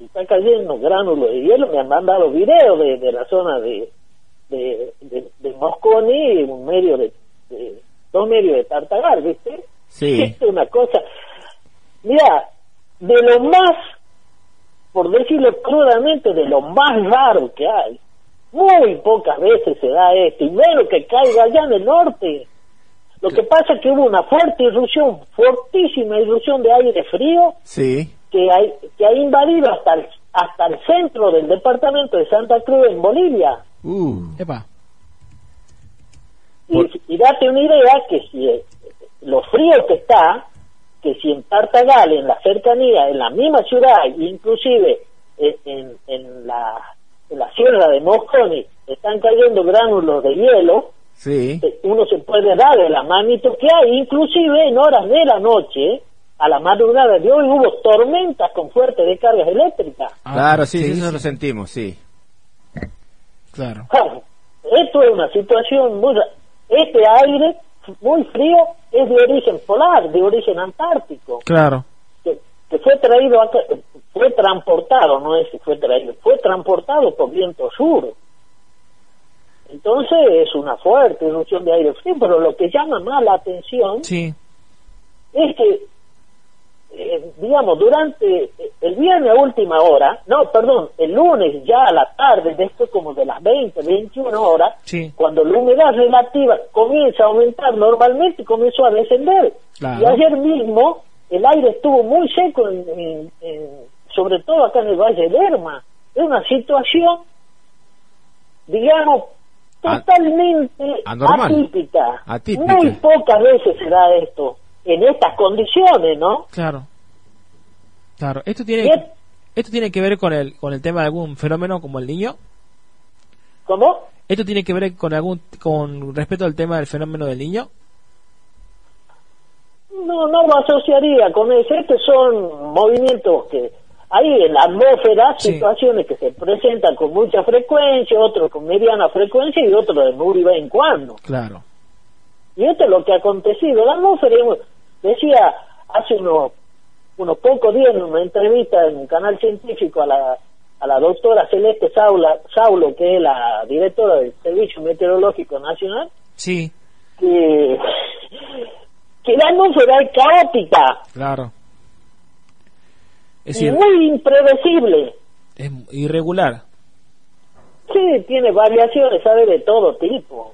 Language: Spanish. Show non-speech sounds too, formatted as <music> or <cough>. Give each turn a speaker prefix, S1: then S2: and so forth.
S1: están cayendo gránulos de hielo, me han mandado videos de, de la zona de, de, de, de Mosconi, un medio de, de dos medios de Tartagar, ¿viste? <laughs>
S2: Sí.
S1: Es una cosa, mira, de lo más, por decirlo crudamente, de lo más raro que hay, muy pocas veces se da esto, y menos que caiga allá en el norte. Lo que pasa es que hubo una fuerte irrupción, fortísima irrupción de aire frío
S2: Sí.
S1: que, hay, que ha invadido hasta el, hasta el centro del departamento de Santa Cruz en Bolivia.
S2: Uh,
S3: Epa.
S1: Y, y date una idea que si eh, lo frío que está, que si en Tartagal, en la cercanía, en la misma ciudad, inclusive en, en- en la, en la sierra de Mosconi, están cayendo gránulos de hielo,
S2: sí.
S1: eh, uno se puede dar de la manito que hay, inclusive en horas de la noche, a la madrugada de hoy hubo tormentas con fuertes descargas eléctricas.
S3: Ah,
S2: claro, sí,
S3: sí,
S2: sí, eso
S3: sí.
S2: lo sentimos, sí.
S3: Claro.
S1: Claro, Esto es una situación muy... ra- Este aire muy frío es de origen polar, de origen antártico,
S3: Claro.
S1: que, que fue traído, acá- fue transportado, no es que fue traído, fue transportado por viento sur. Entonces es una fuerte erupción de aire frío, pero lo que llama más la atención
S3: Sí.
S1: es que, eh, digamos, durante eh, el viernes a última hora, no, perdón, el lunes ya a la tarde, después como de las 20, 21 horas,
S3: Sí.
S1: cuando la humedad relativa comienza a aumentar normalmente, comenzó a descender.
S3: Claro.
S1: Y ayer mismo el aire estuvo muy seco, en- en- en- sobre todo acá en el Valle de Lerma. Es una situación, digamos,
S3: Ah.
S2: A-
S1: totalmente
S2: anormal.
S1: atípica.
S2: Atípica.
S1: Muy pocas veces se da esto, en estas condiciones, ¿no?
S3: Claro. Claro. Esto tiene
S1: Bien.
S3: esto tiene que ver con el con el tema de algún fenómeno como el niño.
S1: ¿Cómo?
S3: Esto tiene que ver con algún con respecto al tema del fenómeno del niño.
S1: No, no lo asociaría con eso. Estos son movimientos que hay en la atmósfera,
S3: Sí.
S1: situaciones que se presentan con mucha frecuencia, otros con mediana frecuencia y otros de muy vez en cuando.
S3: Claro.
S1: Y esto es lo que ha acontecido. La atmósfera, hemos- decía hace unos, unos pocos días en una entrevista en un canal científico a la, a la doctora Celeste Saula, Saulo, que es la directora del Servicio Meteorológico Nacional,
S3: Sí.
S1: que, que la atmósfera es caótica.
S3: Claro. Es
S1: y
S3: decir,
S1: muy impredecible.
S3: es irregular.
S1: Sí, tiene variaciones, sabe de todo tipo.